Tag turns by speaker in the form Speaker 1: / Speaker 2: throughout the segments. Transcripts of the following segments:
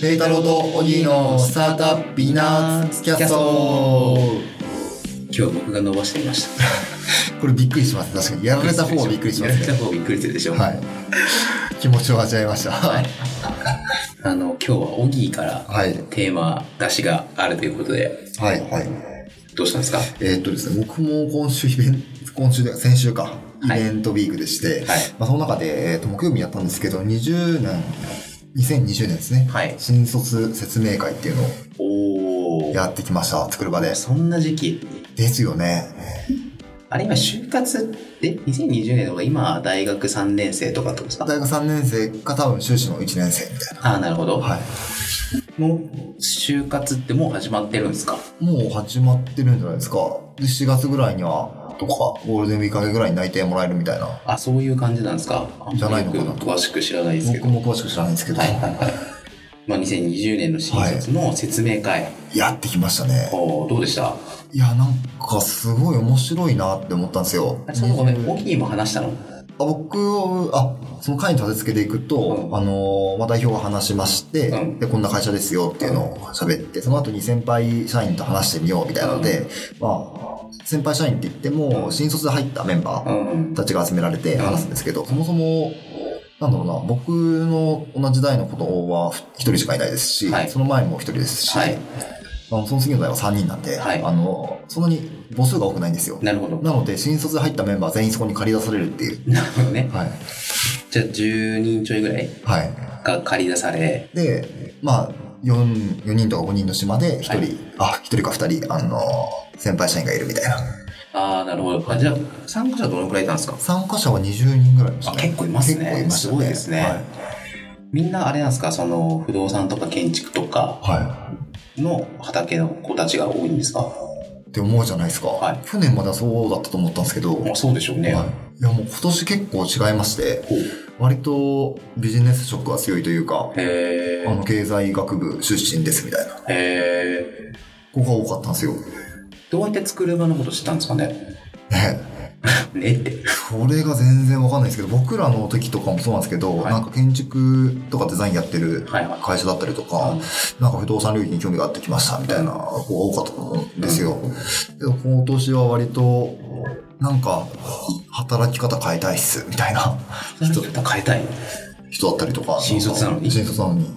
Speaker 1: ペータローとオギーのスタートアップビギナーズキャスト
Speaker 2: 今日僕が伸ばしていました。
Speaker 1: これびっくりします確かにやられた方はびっくりします
Speaker 2: や
Speaker 1: ね
Speaker 2: られた方びっくりするでしょ。
Speaker 1: はい気持ちを味わいましたはい
Speaker 2: あの、今日はオギーから
Speaker 1: はい
Speaker 2: テーマ出しがあるということで、
Speaker 1: はい
Speaker 2: どうしたんですか
Speaker 1: えーっとですね僕も今週イベント今週で先週かイ
Speaker 2: はい
Speaker 1: ベントウィークでして、
Speaker 2: はい
Speaker 1: まあ、その中で、えーっと木曜日やったんですけど20年2020年ですね、
Speaker 2: はい
Speaker 1: 新卒説明会っていうのを
Speaker 2: おお。
Speaker 1: やってきました作る場で
Speaker 2: そんな時期。
Speaker 1: ですよね
Speaker 2: あれ今、就活え ?2020 年の方が今、大学3年生とかってことですか
Speaker 1: 大学3年生か多分修士の1年生みたい
Speaker 2: ああ、なるほど。
Speaker 1: なはい
Speaker 2: もう、就活ってもう始まってるんですか
Speaker 1: もう始まってるんじゃないですか。で、4月ぐらいには、とか、ゴールデンウィーク明けぐらいに内定もらえるみたいな。
Speaker 2: あ、そういう感じなんですかあんまり
Speaker 1: じゃないのかな
Speaker 2: よく詳しく知らないですけど
Speaker 1: 僕。も詳しく知らないんですけど、
Speaker 2: はいはいはい。まあ、2020年の新卒の説明会、
Speaker 1: やってきましたね。
Speaker 2: おーどうでした
Speaker 1: いや、なんかすごい面白いなって思ったんですよ。
Speaker 2: あれそのごめん、
Speaker 1: 20
Speaker 2: オギーも話したの
Speaker 1: あ僕を、あ、その会に立て付けていくと、
Speaker 2: うん
Speaker 1: あのー、まあ、代表が話しまして、
Speaker 2: うん
Speaker 1: で、こんな会社ですよっていうのを喋って、その後に先輩社員と話してみようみたいなので、まあ、先輩社員って言って
Speaker 2: う
Speaker 1: も、
Speaker 2: ん
Speaker 1: 新卒で入ったメンバー、
Speaker 2: うん。
Speaker 1: たちが集められて話すんですけど、そもそも、なんだろうな、僕の同じ代の子供は一人しかいないですし、
Speaker 2: はい
Speaker 1: その前も一人ですし、
Speaker 2: はい。
Speaker 1: あのその次の代は3人なんで、
Speaker 2: はい
Speaker 1: あの、そんなに母数が多くないんですよ。
Speaker 2: なるほど。
Speaker 1: なので、新卒で入ったメンバー全員そこに借り出されるっていう。
Speaker 2: なるほどね。
Speaker 1: はい。
Speaker 2: じゃあ、10人ちょいぐらい
Speaker 1: はい。
Speaker 2: が借り出され、
Speaker 1: で、まあ、4, 4人とか5人の島で1人、
Speaker 2: はい
Speaker 1: あ、1人か2人、あの、先輩社員がいるみたいな。
Speaker 2: ああ、なるほど。あじゃあ、参加者どのくらいいたんですか
Speaker 1: 参加者は20人ぐらいいましたね。
Speaker 2: あ結構いますね
Speaker 1: 結構いましたね。
Speaker 2: すごいですねみんなあれなんですかその、不動産とか建築とか
Speaker 1: はい。はい
Speaker 2: の畑の子たちが多いんですか
Speaker 1: って思うじゃないですか、
Speaker 2: はい
Speaker 1: 去年まだそうだったと思ったんですけど、
Speaker 2: まあそうでしょうね。
Speaker 1: はいいやもう今年結構違いまして
Speaker 2: ほう
Speaker 1: 割とビジネス色が強いというか
Speaker 2: へ
Speaker 1: あ
Speaker 2: ー
Speaker 1: の経済学部出身ですみたいな
Speaker 2: へー
Speaker 1: 子が多かったんですよ
Speaker 2: どうやって作る場のこと知ったんですかね
Speaker 1: ね
Speaker 2: ねって。
Speaker 1: それが全然わかんないですけど僕らの時とかもそうなんですけど、
Speaker 2: はい
Speaker 1: なんか建築とかデザインやってる
Speaker 2: はいはい
Speaker 1: 会社だったりとか、
Speaker 2: はい
Speaker 1: なんか不動産領域に興味があってきましたみたいな子が多かったと思うんですよ、でも今年は割となんか働き方変えたいっすみたいな
Speaker 2: 人方変えたい。
Speaker 1: 人だったりとか
Speaker 2: 新卒なのに
Speaker 1: 新卒なのに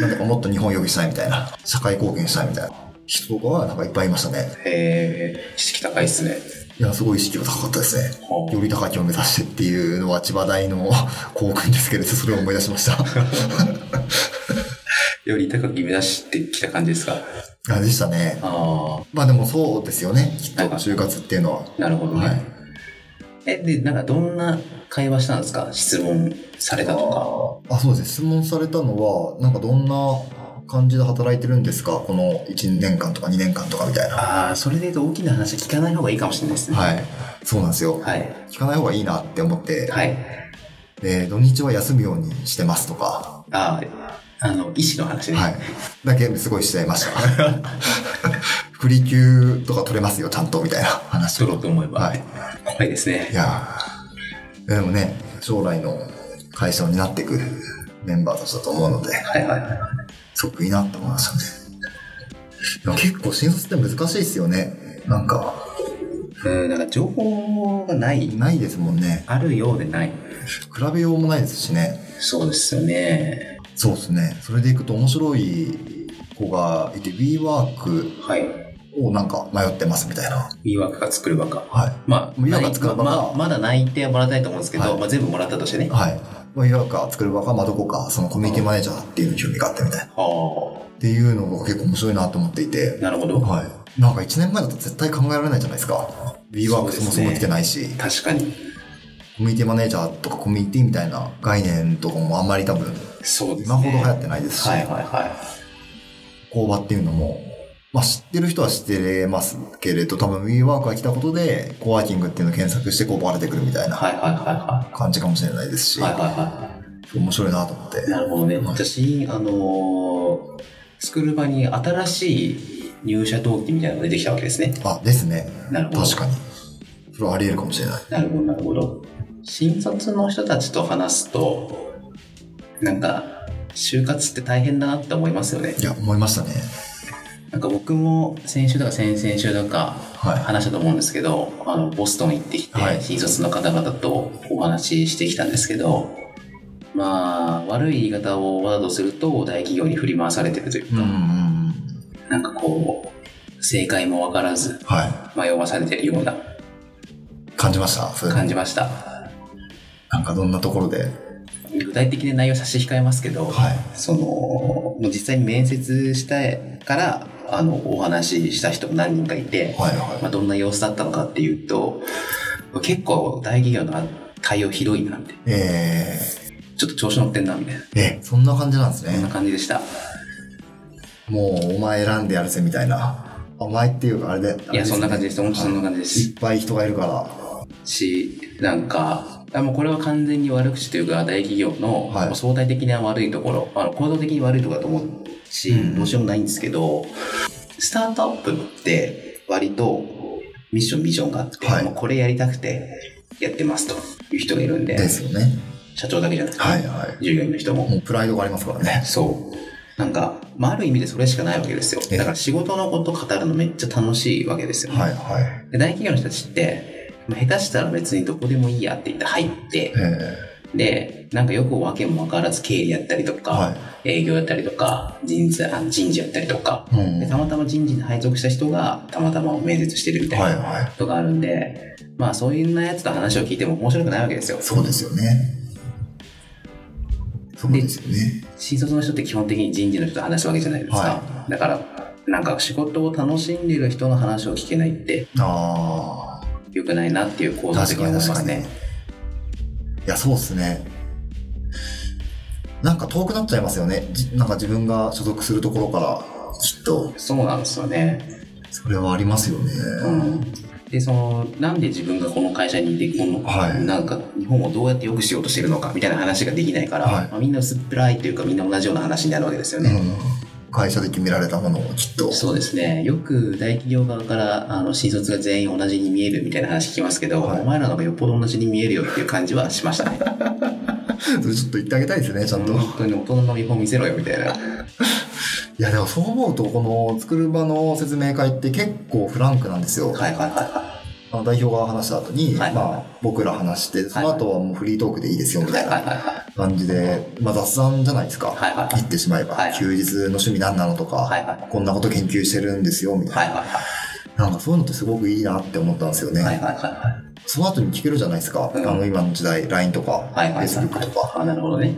Speaker 1: なんだかもっと日本を良くしたいみたいな社会貢献したいみたいな人がなんかいっぱいいましたね
Speaker 2: へー意識高いっすね。
Speaker 1: いやすごい意識が高かったですね
Speaker 2: はあ
Speaker 1: より高きを目指してっていうのは千葉大の校訓ですけれどそれを思い出しました
Speaker 2: より高く目指してきた感じですか
Speaker 1: あでしたね
Speaker 2: あ
Speaker 1: まあでもそうですよねきっと
Speaker 2: はいはい
Speaker 1: 就活っていうのは
Speaker 2: あなるほどね、
Speaker 1: はい
Speaker 2: えでなんかどんな会話したんですか質問されたと
Speaker 1: あそうです質問されたのはなんかどんな感じで働いてるんですかこの1年間とか2年間とかみたい
Speaker 2: か
Speaker 1: な
Speaker 2: ああそれで言うと大きな話聞かない方がいいかもしれないですね
Speaker 1: はいそうなんですよ、
Speaker 2: はい
Speaker 1: 聞かない方がいいなって思って、
Speaker 2: はい
Speaker 1: で土日は休むようにしてますとか、
Speaker 2: あああの医師の話ね、
Speaker 1: はい、だけすごいしちゃいました。 不利休とか取れますよ、ちゃんとみたいな話
Speaker 2: 取ろ
Speaker 1: を。
Speaker 2: うと思えば、
Speaker 1: はい
Speaker 2: 怖いです
Speaker 1: い
Speaker 2: ね
Speaker 1: やーでもね、将来の会社を担っていくメンバーたちだと思うので、
Speaker 2: はいはいはい
Speaker 1: すごくいいなって思いましたね。でも結構新卒って難しいですよね。なんか、
Speaker 2: うんなんか情報がない
Speaker 1: ないですもんね。
Speaker 2: あるようでない
Speaker 1: 比べようもないですしね。
Speaker 2: そうですよね
Speaker 1: そうですね。それでいくと面白い子がいて、WeWork
Speaker 2: はい
Speaker 1: をなんか迷ってますみたいな。
Speaker 2: 迷惑が作るばか
Speaker 1: は
Speaker 2: まあ
Speaker 1: 迷惑が作る場が
Speaker 2: まあまだ内定はもらいたいと思うんですけど、
Speaker 1: はい
Speaker 2: まあ、全部もらったとしてね
Speaker 1: い。はい。まあ、いわゆる作る場か、まあ、どこか、そのコミュニティマネージャーっていうのに興味があってみたいな。っ
Speaker 2: は
Speaker 1: ていうのが結構面白いなと思っていて
Speaker 2: あ。なるほど、
Speaker 1: はい。なんか1年前だと絶対考えられないじゃないですか。
Speaker 2: そう
Speaker 1: WeWork
Speaker 2: です
Speaker 1: そ
Speaker 2: ね
Speaker 1: もそも来てないし、
Speaker 2: 確かに
Speaker 1: コミュニティマネージャーとかコミュニティみたいな概念とかもあんまり多分、
Speaker 2: そうです
Speaker 1: 今
Speaker 2: ね
Speaker 1: ほど流行ってないですし、
Speaker 2: はいはいは
Speaker 1: 工場っていうのも、まあ知ってる人は知ってますけれど、多分 WeWork が来たことで、コワーキングっていうのを検索して工場が出てくるみたいない
Speaker 2: はいはいは
Speaker 1: 感じかもしれないですし、
Speaker 2: いはいはいは
Speaker 1: 面白いなと思って
Speaker 2: い。なるほどね
Speaker 1: はい
Speaker 2: 私あのースクール場に新しい入社動機みたいなのが出てきたわけですね
Speaker 1: あ、ですね。
Speaker 2: なるほど
Speaker 1: 確かに。それはあり得るかもしれない。
Speaker 2: なるほどなるほど新卒の人たちと話すとなんか就活って大変だなって思いますよね
Speaker 1: いや、思いましたね。
Speaker 2: なんか僕も先週とか先々週とか
Speaker 1: はい
Speaker 2: 話したと思うんですけど、あのボストン行ってきて、
Speaker 1: はい
Speaker 2: 新卒の方々とお話ししてきたんですけど、まあ、悪い言い方をわざとすると大企業に振り回されてるという
Speaker 1: うん
Speaker 2: か、
Speaker 1: うんうん。
Speaker 2: なんかこう、正解もわからず
Speaker 1: は。
Speaker 2: 迷わされてるようない
Speaker 1: 感じました。それ
Speaker 2: 感じました。
Speaker 1: なんかどんなところで。
Speaker 2: 具体的な内容差し控えますけど、
Speaker 1: はい。
Speaker 2: その、もう実際に面接したいから、あの、お話しした人も何人かいて、
Speaker 1: はいはい。
Speaker 2: まあ、どんな様子だったのかっていうと結構大企業の対応ひどいなって
Speaker 1: え
Speaker 2: ちょっと調子乗ってんなみたいな
Speaker 1: ー、え、そんな感じなんです
Speaker 2: そんな
Speaker 1: ね。
Speaker 2: 感じでした
Speaker 1: もう、お前選んでやるぜみたいな。お前っていうか、あれで。あれです
Speaker 2: い
Speaker 1: ね
Speaker 2: やそんな感じです本当そんな感じで
Speaker 1: い
Speaker 2: す
Speaker 1: っぱい人がいるから。
Speaker 2: しなんかあもうこれは完全に悪口というか大企業の
Speaker 1: はい
Speaker 2: もう相対的な悪いところ、あの行動的に悪いところだと思うし、
Speaker 1: うん
Speaker 2: どうしようもないんですけどスタートアップって割とミッションビジョンがあって、
Speaker 1: はい
Speaker 2: もうこれやりたくてやってますという人がいるんで
Speaker 1: ですよね。
Speaker 2: 社長だけじゃなくて、
Speaker 1: はいはい。
Speaker 2: 従業員の人も、
Speaker 1: もうプライドがありますからね。
Speaker 2: そう。なんか、まあ、ある意味でそれしかないわけですよ。
Speaker 1: ええ
Speaker 2: だから仕事のこと語るのめっちゃ楽しいわけですよね。
Speaker 1: はいはい。
Speaker 2: で大企業の人たちって、まあ下手したら別にどこでもいいやって言って入って、
Speaker 1: え
Speaker 2: で、なんかよくわけもわからず経理やったりと
Speaker 1: ー、
Speaker 2: か、
Speaker 1: は
Speaker 2: 営業やったりとか、人事あ人事やったりとか、
Speaker 1: い。うん
Speaker 2: でたまたま人事に配属した人がたまたま面接してるみたい
Speaker 1: は
Speaker 2: ない
Speaker 1: はい。
Speaker 2: ことがあるんで、まあそういうなやつと話を聞いても面白くないわけですよ。
Speaker 1: そうですよね。そうですよね。
Speaker 2: 新卒の人って基本的に人事の人と話すわけじゃないですか、
Speaker 1: は
Speaker 2: だからなんか仕事を楽しんでる人の話を聞けないって
Speaker 1: ああ。
Speaker 2: 良くないなっていう構造的
Speaker 1: 確
Speaker 2: に
Speaker 1: か
Speaker 2: 思い
Speaker 1: に
Speaker 2: ま
Speaker 1: 確か
Speaker 2: す
Speaker 1: に。い
Speaker 2: ね
Speaker 1: や、そうですね。なんか遠くなっちゃいますよね。じなんか自分が所属するところから、きっと。
Speaker 2: そうなんですよね、
Speaker 1: それはありますよね。
Speaker 2: うん、でそのなんで自分がこの会社にいてこの、
Speaker 1: はい
Speaker 2: なんか日本をどうやって良くしようとしてるのかみたいな話ができないから、
Speaker 1: はい
Speaker 2: まあみんな薄っぺらいというかみんな同じような話になるわけですよ
Speaker 1: う
Speaker 2: ね、
Speaker 1: ん会社で決められたものをきっと。
Speaker 2: そうですねよく大企業側からあの新卒が全員同じに見えるみたいな話聞きますけど、
Speaker 1: はい
Speaker 2: お前らの方がよっぽど同じに見えるよっていう感じはしました ね
Speaker 1: それちょっと言ってあげたいですね、ちゃんと。い
Speaker 2: 本当に大人の見本見せろよみたいな
Speaker 1: や、でもそう思うと、この作る場の説明会って結構フランクなんですよ。
Speaker 2: はいはいは
Speaker 1: あの代表が話した後に、
Speaker 2: はい
Speaker 1: まあ、僕ら話して、その後はもうフリートークでいいですよ、み
Speaker 2: い
Speaker 1: た
Speaker 2: はいい
Speaker 1: な。
Speaker 2: はいはいは
Speaker 1: 感じで、まあ、雑談じゃないですか、
Speaker 2: はいはい
Speaker 1: 言ってしまえば、
Speaker 2: はい
Speaker 1: 休日の趣味何なのとか、
Speaker 2: はいはい
Speaker 1: こんなこと研究してるんですよみたいな,、
Speaker 2: いはい
Speaker 1: なんかそういうのってすごくいいなって思ったんですよね、
Speaker 2: はいはいはいはい
Speaker 1: その後に聞けるじゃないですか、
Speaker 2: うん
Speaker 1: あの今の時代 LINE とか、
Speaker 2: はいはいはい
Speaker 1: Facebook とか
Speaker 2: あなるほどね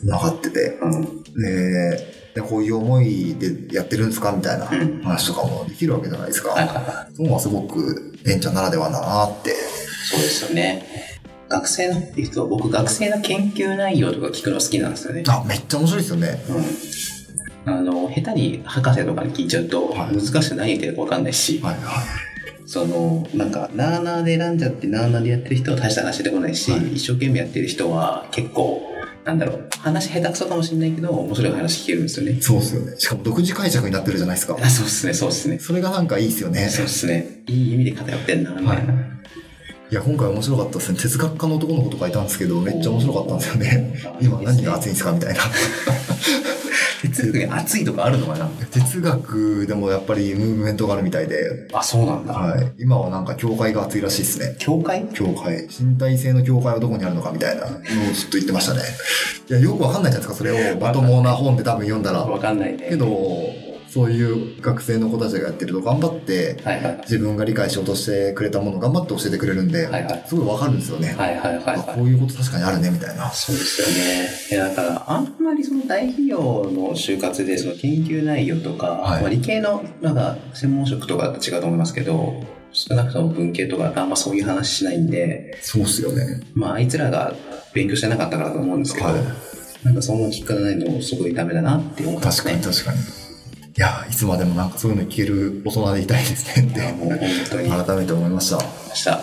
Speaker 1: 繋がってて
Speaker 2: うん
Speaker 1: ででこういう思いでやってるんですかみたいな
Speaker 2: うん
Speaker 1: 話とかもできるわけじゃないですか、
Speaker 2: はいはいはい
Speaker 1: そういうのはすごくエンちゃんならではだなって
Speaker 2: そうですよね学生のっていうと僕学生の研究内容とか聞くの好きなんですよね
Speaker 1: あめっちゃ面白いですよね
Speaker 2: うんあの下手に博士とかに聞いちゃうと
Speaker 1: はい
Speaker 2: 難しく何言ってるか分かんないし、
Speaker 1: はいはい
Speaker 2: そのなんかなーなーで選んじゃってなーなーでやってる人は大した話出てこないし、
Speaker 1: はい
Speaker 2: 一生懸命やってる人は結構なんだろう話下手くそかもしれないけど面白い話聞けるんですよね
Speaker 1: そうですよねしかも独自解釈になってるじゃないですか
Speaker 2: あそうっすねそうっすね
Speaker 1: それがなんかいいですよね
Speaker 2: そうっすねいい意味で偏ってんなみたいな、
Speaker 1: いや今回面白かったですね哲学家の男の子とかいたんですけどめっちゃ面白かったんですよね
Speaker 2: おー
Speaker 1: 今何が熱いんですかみたいな
Speaker 2: 哲学に熱いとかあるのかな
Speaker 1: 哲学でもやっぱりムーブメントがあるみたいで、
Speaker 2: あそうなんだ、
Speaker 1: はい、今はなんか教会が熱いらしいですね
Speaker 2: 教会
Speaker 1: 教会身体性の教会はどこにあるのかみたいなのをずっと言ってましたねいやよくわかんないじゃないですかそれをまともな本で多分読んだら
Speaker 2: わかんないね
Speaker 1: けどそういう学生の子たちがやってると頑張って
Speaker 2: はいはい
Speaker 1: 自分が理解しようとしてくれたものを頑張って教えてくれるんで、
Speaker 2: はいはい
Speaker 1: すごいわかるんですよね、
Speaker 2: はいはいはい
Speaker 1: あ
Speaker 2: はい
Speaker 1: こういうこと確かにあるねみたいな
Speaker 2: そうですよね。いやだからあんまりその大企業の就活でその研究内容とか、
Speaker 1: はい
Speaker 2: まあ、理系のなんか専門職とかだと違うと思いますけど少なくとも文系とかだとあんまそういう話しないんで、
Speaker 1: そうっすよね。
Speaker 2: まあ、あいつらが勉強してなかったからだと思うんですけど、
Speaker 1: は
Speaker 2: なんかそんなきっかけないのすごいダメだなって思っ
Speaker 1: い。
Speaker 2: てます
Speaker 1: 確か
Speaker 2: ね
Speaker 1: に。確かに。いや、いつまでもなんかそういうの聞ける大人でいたいですねっ
Speaker 2: い
Speaker 1: て、
Speaker 2: やもう本当に思い
Speaker 1: 改めて思いました。
Speaker 2: ました。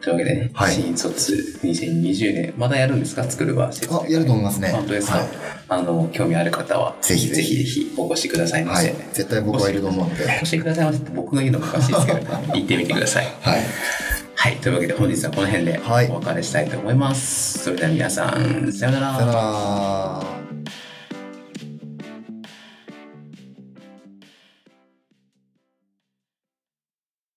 Speaker 2: というわけでね、
Speaker 1: はい
Speaker 2: 新卒2020年、まだやるんですか作るは。
Speaker 1: あ、やると思いますね。
Speaker 2: 本当ですか、
Speaker 1: はい。
Speaker 2: あの、興味ある方は、
Speaker 1: ぜひぜ
Speaker 2: ぜ
Speaker 1: ひ
Speaker 2: ひぜひお越しくださいま
Speaker 1: は
Speaker 2: せ。
Speaker 1: い絶対僕はいると思うんで。はい
Speaker 2: お。越しくださいませって僕が言うのもおかしいですけ ど、行ってみてください。はい、というわけで本日はこの辺で
Speaker 1: はい
Speaker 2: お別れしたいと思います。それでは皆さん、さよう
Speaker 1: さよなら。